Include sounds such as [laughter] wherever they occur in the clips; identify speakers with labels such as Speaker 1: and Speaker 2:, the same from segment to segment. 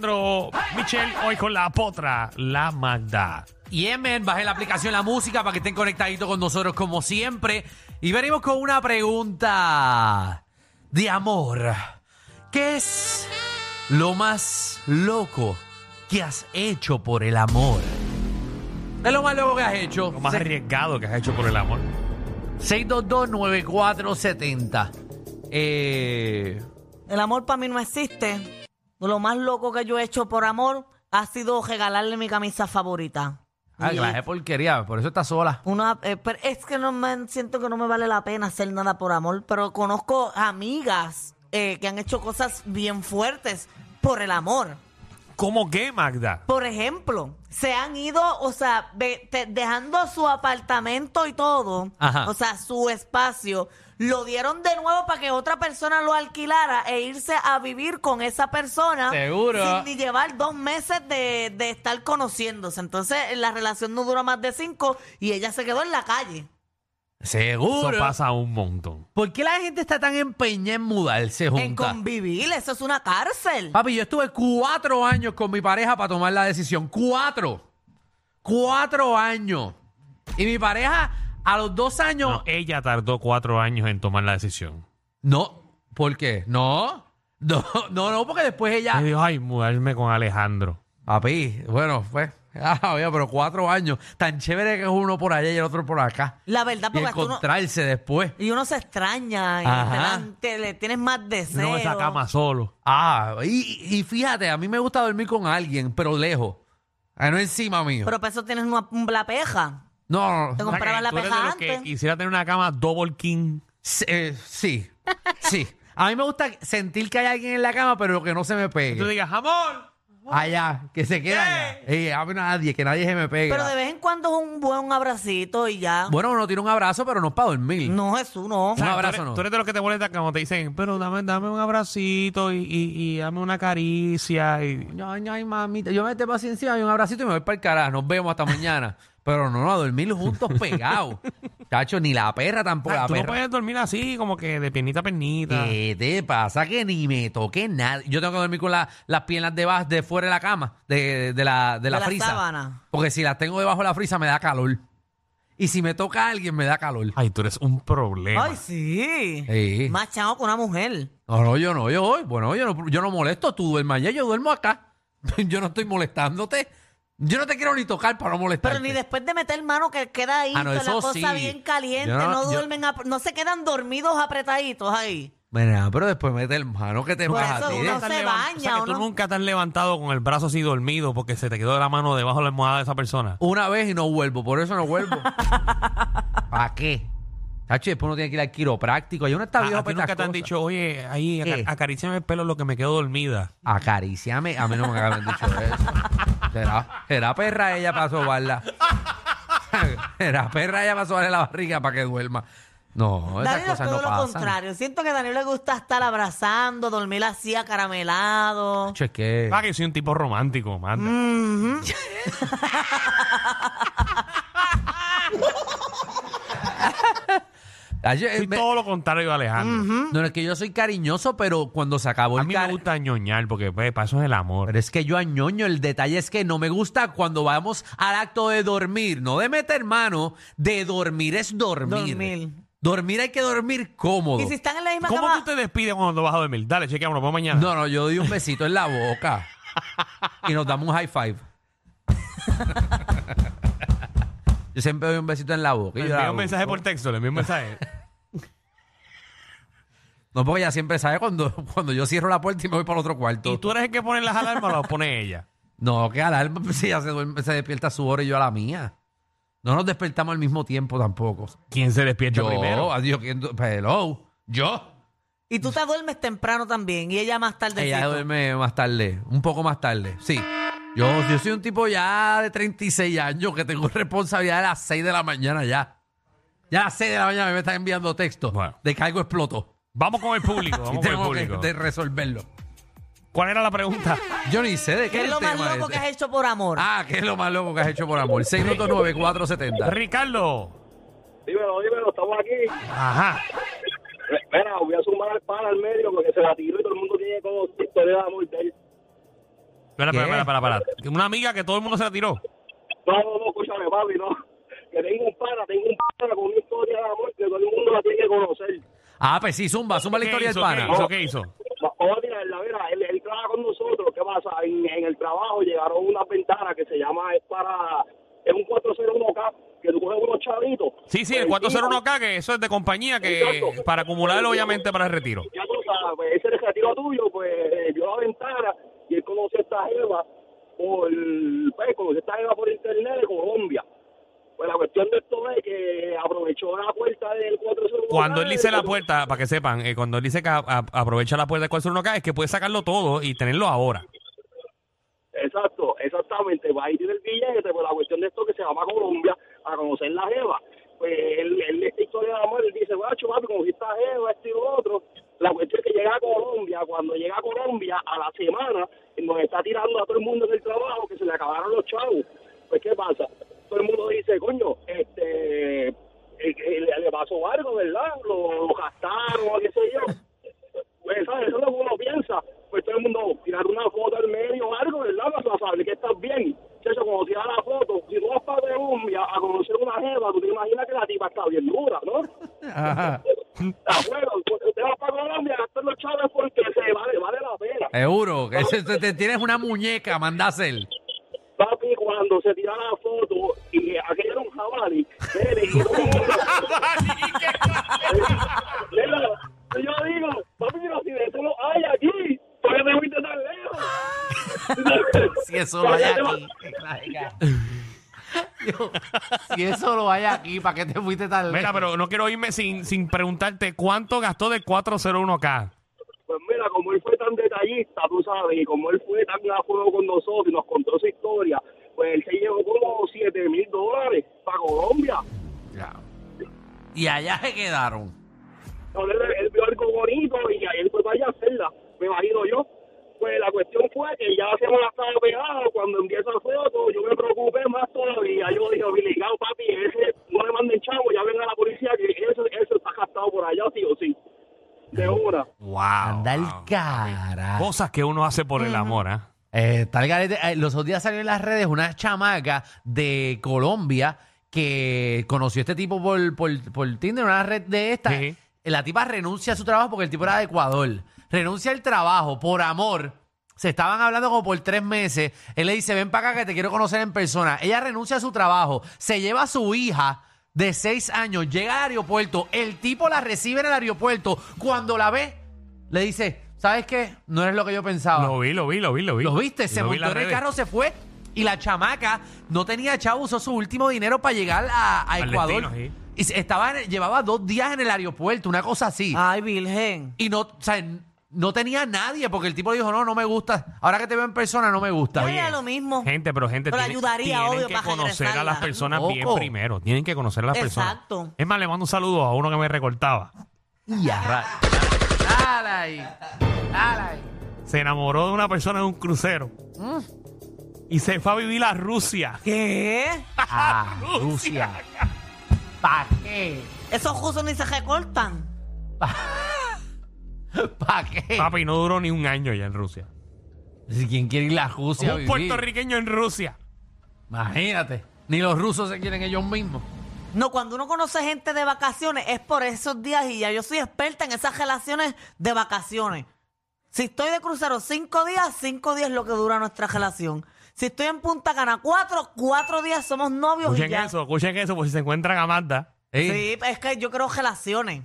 Speaker 1: Alejandro Michel, hoy con la potra, la Magda.
Speaker 2: Y Yemen, baje la aplicación La Música para que estén conectaditos con nosotros como siempre. Y venimos con una pregunta de amor. ¿Qué es lo más loco que has hecho por el amor? ¿Qué es lo más loco que has hecho?
Speaker 1: Lo más
Speaker 2: Se-
Speaker 1: arriesgado que has hecho por el amor.
Speaker 2: 6229470. Eh,
Speaker 3: El amor para mí no existe. Lo más loco que yo he hecho por amor ha sido regalarle mi camisa favorita.
Speaker 2: ah,
Speaker 3: Y-
Speaker 2: que la de porquería, por eso está sola.
Speaker 3: Una, eh, pero es que no me siento que no me vale la pena hacer nada por amor, pero conozco amigas eh, que han hecho cosas bien fuertes por el amor.
Speaker 1: ¿Cómo qué, Magda?
Speaker 3: Por ejemplo, se han ido, o sea, ve- te- dejando su apartamento y todo,
Speaker 2: Ajá.
Speaker 3: o sea, su espacio, lo dieron de nuevo para que otra persona lo alquilara e irse a vivir con esa persona.
Speaker 2: Seguro.
Speaker 3: Sin ni llevar dos meses de, de estar conociéndose. Entonces, la relación no dura más de cinco y ella se quedó en la calle.
Speaker 2: Seguro.
Speaker 1: Eso pasa un montón.
Speaker 2: ¿Por qué la gente está tan empeñada en mudarse
Speaker 3: En
Speaker 2: juntas?
Speaker 3: convivir, eso es una cárcel.
Speaker 2: Papi, yo estuve cuatro años con mi pareja para tomar la decisión. Cuatro. Cuatro años. Y mi pareja a los dos años.
Speaker 1: No, ella tardó cuatro años en tomar la decisión.
Speaker 2: No, ¿por qué? No. No, no, no, porque después ella.
Speaker 1: Me dijo, ay, mudarme con Alejandro.
Speaker 2: Papi, bueno, pues. Ah, oye, pero cuatro años. Tan chévere que es uno por allá y el otro por acá.
Speaker 3: La verdad,
Speaker 2: Y
Speaker 3: Ah, porque tú no-
Speaker 2: encontrarse después.
Speaker 3: y uno se extraña, y
Speaker 2: Ajá.
Speaker 3: te dan- te- le tienes más deseo.
Speaker 1: No, esa cama solo.
Speaker 2: Ah, y, y fíjate, a mí me gusta dormir con alguien, pero lejos. Ah, no encima mío.
Speaker 3: Pero para eso tienes una, la peja.
Speaker 2: No, no, no.
Speaker 3: Te
Speaker 1: O sea,
Speaker 3: compraba
Speaker 1: que
Speaker 3: la
Speaker 1: tú eres
Speaker 3: peja
Speaker 1: de los que
Speaker 3: antes.
Speaker 1: Quisiera tener una cama double king.
Speaker 2: Sí, eh, sí, sí. A mí me gusta sentir que hay alguien en la cama, pero que no se me
Speaker 1: Que tú
Speaker 2: pegue.
Speaker 1: digas, amor.
Speaker 2: Allá, que se quede allá. Eh, a mí nadie, que nadie se me pegue.
Speaker 3: Pero de vez en cuando es un buen abracito y ya.
Speaker 2: Bueno, uno tiene un abrazo, pero no es para dormir.
Speaker 3: No, Jesús, no.
Speaker 2: Un
Speaker 1: O sea,
Speaker 2: abrazo,
Speaker 1: tú eres,
Speaker 2: no.
Speaker 1: tú eres de los que te molestan cuando te dicen, pero dame, dame un abracito y, y- y dame una caricia. Y...
Speaker 2: Yo, ay, ay, mamita, yo me te paso encima y un abracito y me voy para el carajo. Nos vemos hasta mañana. Pero no, no, a dormir juntos pegados. Chacho, ni la perra tampoco.
Speaker 1: Ah,
Speaker 2: la
Speaker 1: tú no
Speaker 2: perra.
Speaker 1: puedes dormir así, como que de piernita a piernita.
Speaker 2: ¿Qué te pasa? Que ni me toque nada. Yo tengo que dormir con la- las piernas debajo, de fuera de la cama, de, de la, de la
Speaker 3: la
Speaker 2: frisa.
Speaker 3: sábana.
Speaker 2: Porque si las tengo debajo de la frisa me da calor. Y si me toca a alguien me da calor.
Speaker 1: Ay, tú eres un problema.
Speaker 3: Ay, sí.
Speaker 2: Sí.
Speaker 3: Más chavo que una mujer.
Speaker 2: No, no, yo no, yo hoy. Bueno, yo no, yo no molesto, tú duermas allá, yo duermo acá. [laughs] Yo no estoy molestándote. Yo no te quiero ni tocar para no molestarte.
Speaker 3: Pero ni después de meter mano que queda ahí,
Speaker 2: Ah, no,
Speaker 3: con la
Speaker 2: eso
Speaker 3: cosa
Speaker 2: sí.
Speaker 3: bien caliente,
Speaker 2: Yo no-
Speaker 3: no,
Speaker 2: yo-
Speaker 3: duermen, ap- no se quedan dormidos apretaditos ahí.
Speaker 2: Mira, pero después mete el mano que te
Speaker 3: Por
Speaker 2: vas a
Speaker 3: eso
Speaker 2: ti.
Speaker 3: uno-
Speaker 2: ¿eh?
Speaker 1: Estás
Speaker 3: se
Speaker 1: levan-
Speaker 3: baña,
Speaker 1: o sea, que
Speaker 3: ¿o
Speaker 1: tú
Speaker 3: no?
Speaker 1: nunca te has levantado con el brazo así dormido porque se te quedó la mano debajo de la almohada de esa persona.
Speaker 2: Una vez y no vuelvo, por eso no
Speaker 3: [laughs]
Speaker 2: vuelvo. ¿Para qué? Chacho, y después uno tiene que ir al quiropráctico. Hay una está
Speaker 1: A-
Speaker 2: viejo
Speaker 1: a ti
Speaker 2: para estas
Speaker 1: nunca te han
Speaker 2: cosas.
Speaker 1: dicho, oye, ahí,
Speaker 2: ¿Qué?
Speaker 1: aca- acaríciame el pelo lo que me quedo dormida.
Speaker 2: Acaríciame. A mí no me habían dicho eso. Será, será perra ella para sobarla. [laughs] Será perra ella para sobarle la barriga para que duerma. No, esas
Speaker 3: Daniel es
Speaker 2: cosas no
Speaker 3: todo lo
Speaker 2: pasan.
Speaker 3: contrario. Siento que a Daniel le gusta estar abrazando, dormir así acaramelado.
Speaker 2: Chacho, es que...
Speaker 1: Ah, que yo soy un tipo romántico, manda.
Speaker 3: Mm, Ujú.
Speaker 2: Chacho, eh,
Speaker 1: Soy
Speaker 2: me-
Speaker 1: todo lo contrario a Alejandro.
Speaker 2: No, es que yo soy cariñoso, pero cuando se acabó
Speaker 1: A
Speaker 2: el
Speaker 1: mí
Speaker 2: cari-
Speaker 1: me gusta ñoñar porque pues, para eso es el amor.
Speaker 2: Pero es que yo añoño, el detalle es que no me gusta cuando vamos al acto de dormir, no de meter mano, de dormir es dormir.
Speaker 3: Dormir.
Speaker 2: Dormir hay que dormir cómodo.
Speaker 3: Y si están en la misma
Speaker 1: ¿Cómo
Speaker 3: cama,
Speaker 1: tú te despides cuando vas a dormir? Dale, chequeamos, vamos mañana.
Speaker 2: No, no, yo doy un besito en la boca y nos damos un high five. yo siempre doy un besito en la boca. y
Speaker 1: le
Speaker 2: yo la
Speaker 1: envío un
Speaker 2: hago.
Speaker 1: mensaje por texto, le envío un [laughs] mensaje.
Speaker 2: No, porque ella siempre sabe cuando, [laughs] cuando yo cierro la puerta y me voy para el otro cuarto.
Speaker 1: ¿Y tú eres el que pone las alarmas o las pone ella?
Speaker 2: No, que alarma, si ella se, duerme, se despierta a su hora y yo a la mía. No nos despertamos al mismo tiempo tampoco.
Speaker 1: ¿Quién se despierta
Speaker 2: Yo,
Speaker 1: primero?
Speaker 2: adiós, ¿quién du- hello, yo.
Speaker 3: y tú te duermes temprano también, y ella más tarde.
Speaker 2: Ella duerme más tarde, un poco más tarde, sí. Yo, yo soy un tipo ya de 36 años que tengo responsabilidad a las 6 de la mañana ya. Ya a las 6 de la mañana me están enviando textos
Speaker 1: Bueno.
Speaker 2: de que algo explotó.
Speaker 1: Vamos con el público, [laughs] vamos
Speaker 2: Y
Speaker 1: con el
Speaker 2: tengo que
Speaker 1: público.
Speaker 2: de resolverlo.
Speaker 1: ¿Cuál era la pregunta?
Speaker 2: Yo ni sé de qué,
Speaker 3: ¿Qué es
Speaker 2: el
Speaker 3: lo más
Speaker 2: Este tema
Speaker 3: loco
Speaker 2: ese.
Speaker 3: que has hecho por amor?
Speaker 2: Ah, ¿qué es lo más loco que has hecho por amor? 629-470.
Speaker 1: Ricardo.
Speaker 4: Dímelo, dímelo, estamos aquí.
Speaker 1: Ajá.
Speaker 4: Mira, voy a sumar al pan al medio porque se la tiró y todo el mundo tiene como su historia de amor de él.
Speaker 1: Espera,
Speaker 5: ¿Qué?
Speaker 1: espera, espera, espera, espera. Una amiga que todo el mundo se la tiró.
Speaker 4: No, no, no, escúchame, papi, no. Que tengo un pana, tengo un pana con una historia de amor que todo el mundo la tiene que conocer.
Speaker 5: Ah, pues sí, zumba, zumba la
Speaker 1: ¿Qué
Speaker 5: historia del
Speaker 1: hizo?
Speaker 5: pana.
Speaker 1: ¿Qué hizo? ¿Qué hizo?
Speaker 4: Va- Vamos a tirarla, mira, él, él trabaja con nosotros, ¿qué pasa? En, en el trabajo llegaron unas ventanas que se llama, es para, es un 401K, que tú coges unos chavitos.
Speaker 1: Sí, sí, el
Speaker 4: Pues,
Speaker 1: 401K, que eso es de compañía, que
Speaker 4: Exacto.
Speaker 1: para acumularlo, obviamente, para el retiro.
Speaker 4: ya tú sabes, pues, ese retiro tuyo, pues eh, vio la ventana y él conoció a esta jeva por, pues, conoció a esta jeva por internet de Colombia. Pues la cuestión de esto es que aprovechó la puerta del 401.
Speaker 1: Cuando él dice la puerta, para que sepan, eh, cuando él dice que a- a- aprovecha la puerta del 401K, es que puede sacarlo todo y tenerlo ahora.
Speaker 4: Exacto, exactamente. Va a ir el billete, pues la cuestión de esto es que se va a Colombia a conocer la jeva. Pues él, él esta historia de amor, él dice, guacho, papi, conocí esta jeva, este y lo otro. La cuestión es que llega a Colombia, cuando llega a Colombia, a la semana, nos está tirando a todo el mundo en el trabajo que se le acabaron los chavos. Pues, ¿qué pasa? Todo el mundo dice, coño, este, eh, eh, le, le pasó algo, ¿verdad? Lo, lo gastaron, qué sé yo. Pues, ¿sabes? Eso es lo que uno piensa. Pues todo el mundo tirar una foto al medio o algo, ¿verdad? Para saber que estás bien. Chacho, cuando tiras la foto, si tú vas para Colombia a conocer una jeva, tú te imaginas que la tipa está bien dura, ¿no? [laughs] Ah, bueno, pues, te vas para Colombia a gastar los chavos porque se vale, vale la pena.
Speaker 5: Seguro, que ese- te, te tienes una muñeca, mandásel.
Speaker 4: Papi, cuando se tira la foto, y aquello era un jabalí, nene,
Speaker 2: [laughs]
Speaker 4: y todo el mundo- Nena, yo digo, papi, pero si de eso no hay aquí, ¿por qué te fuiste tan lejos?
Speaker 2: [laughs] Si eso lo hay aquí. Marica. Yo, si eso lo hay aquí, ¿para qué te fuiste tan
Speaker 1: Mira,
Speaker 2: lejos?
Speaker 1: pero no quiero irme sin, sin preguntarte cuánto gastó del 401K.
Speaker 4: Pues mira, como él fue tan detallista, tú sabes, y como él fue tan a fuego con nosotros y nos contó su historia, pues él se llevó como 7 mil dólares para Colombia.
Speaker 5: Y allá se quedaron.
Speaker 4: Entonces él, él vio algo bonito y ahí él fue para allá a hacerla, me imagino yo. Pues la cuestión fue que ya se me la estaba pegado, cuando empieza el foto, yo me preocupé más todavía. Yo dije, obligado papi, ese no le manden chavo, ya venga la policía que eso, eso está gastado por allá, sí o sí. De una.
Speaker 1: Wow.
Speaker 2: Anda el
Speaker 1: wow.
Speaker 2: cara.
Speaker 1: Cosas que uno hace por el amor, ¿ah?
Speaker 2: Eh, tal garete. Eh, los otros días salió en las redes una chamaca de Colombia que conoció a este tipo por, por, por Tinder, una red de esta.
Speaker 1: Sí.
Speaker 2: La tipa renuncia a su trabajo porque el tipo era de Ecuador. Renuncia al trabajo por amor. Se estaban hablando como por tres meses. Él le dice, ven para acá que te quiero conocer en persona. Ella renuncia a su trabajo. Se lleva a su hija de seis años. Llega al aeropuerto. El tipo la recibe en el aeropuerto. Cuando la ve, le dice, ¿sabes qué? No eres lo que yo pensaba.
Speaker 1: Lo vi, lo vi, lo vi, lo vi.
Speaker 2: ¿Lo viste? Se
Speaker 1: Lo vi
Speaker 2: montó
Speaker 1: las
Speaker 2: en el
Speaker 1: redes.
Speaker 2: carro, se fue. Y la chamaca no tenía chavo, usó su último dinero para llegar a, a
Speaker 1: Al
Speaker 2: Ecuador.
Speaker 1: destino, sí.
Speaker 2: Y se- estaba, en- llevaba dos días en el aeropuerto, una cosa así.
Speaker 3: Ay, virgen.
Speaker 2: Y no, o sea, n- no tenía nadie, porque el tipo le dijo, no, no me gusta. Ahora que te veo en persona, no me gusta.
Speaker 3: Yo haría lo mismo.
Speaker 1: Gente, pero gente,
Speaker 3: Pero
Speaker 1: tiene-
Speaker 3: ayudaría,
Speaker 1: tienen
Speaker 3: obvio,
Speaker 1: que
Speaker 3: para
Speaker 1: conocer a las
Speaker 3: regresarla.
Speaker 1: personas bien
Speaker 2: Loco.
Speaker 1: primero. Tienen que conocer a las personas.
Speaker 3: Exacto.
Speaker 1: Es más, le mando un saludo a uno que me recortaba.
Speaker 2: Y a ra- Dale ahí, dale ahí.
Speaker 1: Se enamoró de una persona en un crucero.
Speaker 3: Mm.
Speaker 1: Y se fue a vivir a Rusia.
Speaker 3: ¿Qué?
Speaker 2: [laughs] Ah, Rusia. ¿Para qué?
Speaker 3: Esos jusos ni se recortan.
Speaker 2: ¿Para qué?
Speaker 1: [laughs] Papi, no duró ni un año ya en Rusia.
Speaker 2: Si ¿Quién quiere ir a Rusia a
Speaker 1: un
Speaker 2: vivir?
Speaker 1: puertorriqueño en Rusia.
Speaker 2: Imagínate. Ni los rusos se quieren ellos mismos.
Speaker 3: No, cuando uno conoce gente de vacaciones es por esos días y ya yo soy experta en esas relaciones de vacaciones. Si estoy de crucero cinco días, cinco días es lo que dura nuestra relación. Si estoy en Punta Cana cuatro, cuatro días somos novios y
Speaker 1: Escuchen
Speaker 3: ya.
Speaker 1: eso, escuchen eso, por si se encuentran a Magda.
Speaker 3: Sí, es que yo creo relaciones.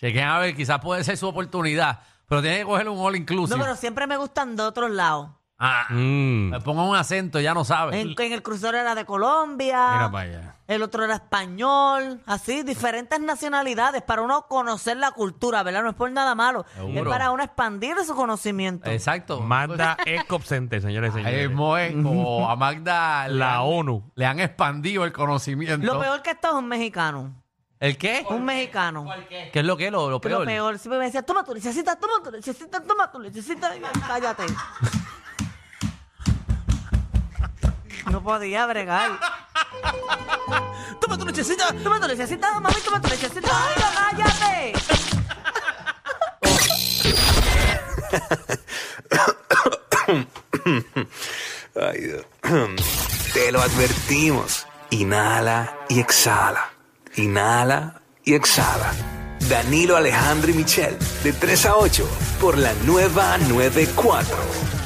Speaker 2: Chequen a ver, quizás puede ser su oportunidad, pero tiene que coger un all
Speaker 3: No,
Speaker 2: inclusive.
Speaker 3: pero siempre me gustan de otros lados.
Speaker 2: Ah,
Speaker 1: Mm.
Speaker 2: me ponga un acento, ya no sabe.
Speaker 3: En, en el crucero era de Colombia.
Speaker 1: Mira para allá.
Speaker 3: El otro era español, así, diferentes nacionalidades para uno conocer la cultura, ¿verdad? No es por nada malo,
Speaker 2: Seguro.
Speaker 3: es para uno expandir su conocimiento.
Speaker 2: Exacto.
Speaker 1: Magda es cop center, señores y
Speaker 2: Ahí
Speaker 1: señores.
Speaker 2: mismo es, como a Magda le
Speaker 1: La
Speaker 2: han,
Speaker 1: ONU.
Speaker 2: le han expandido el conocimiento.
Speaker 3: Lo peor que esto es un mexicano.
Speaker 2: ¿El qué?
Speaker 3: Un mexicano.
Speaker 2: ¿Qué es lo que es lo, lo
Speaker 3: Que es
Speaker 2: peor?
Speaker 3: Lo peor, siempre me decía, toma tu necesitas, toma tu necesitas, toma tu necesitas, y yo,
Speaker 2: [laughs]
Speaker 3: cállate. No podía bregar. Toma tu necesitas, toma tu necesitas, mami, toma tu necesitas, ay, no, cállate.
Speaker 6: Ay, Dios. [clears throat] Te lo advertimos. Inhala y exhala. Inhala y exhala. Danilo Alejandro y Michel, de 3 a 8, por la nueva 94.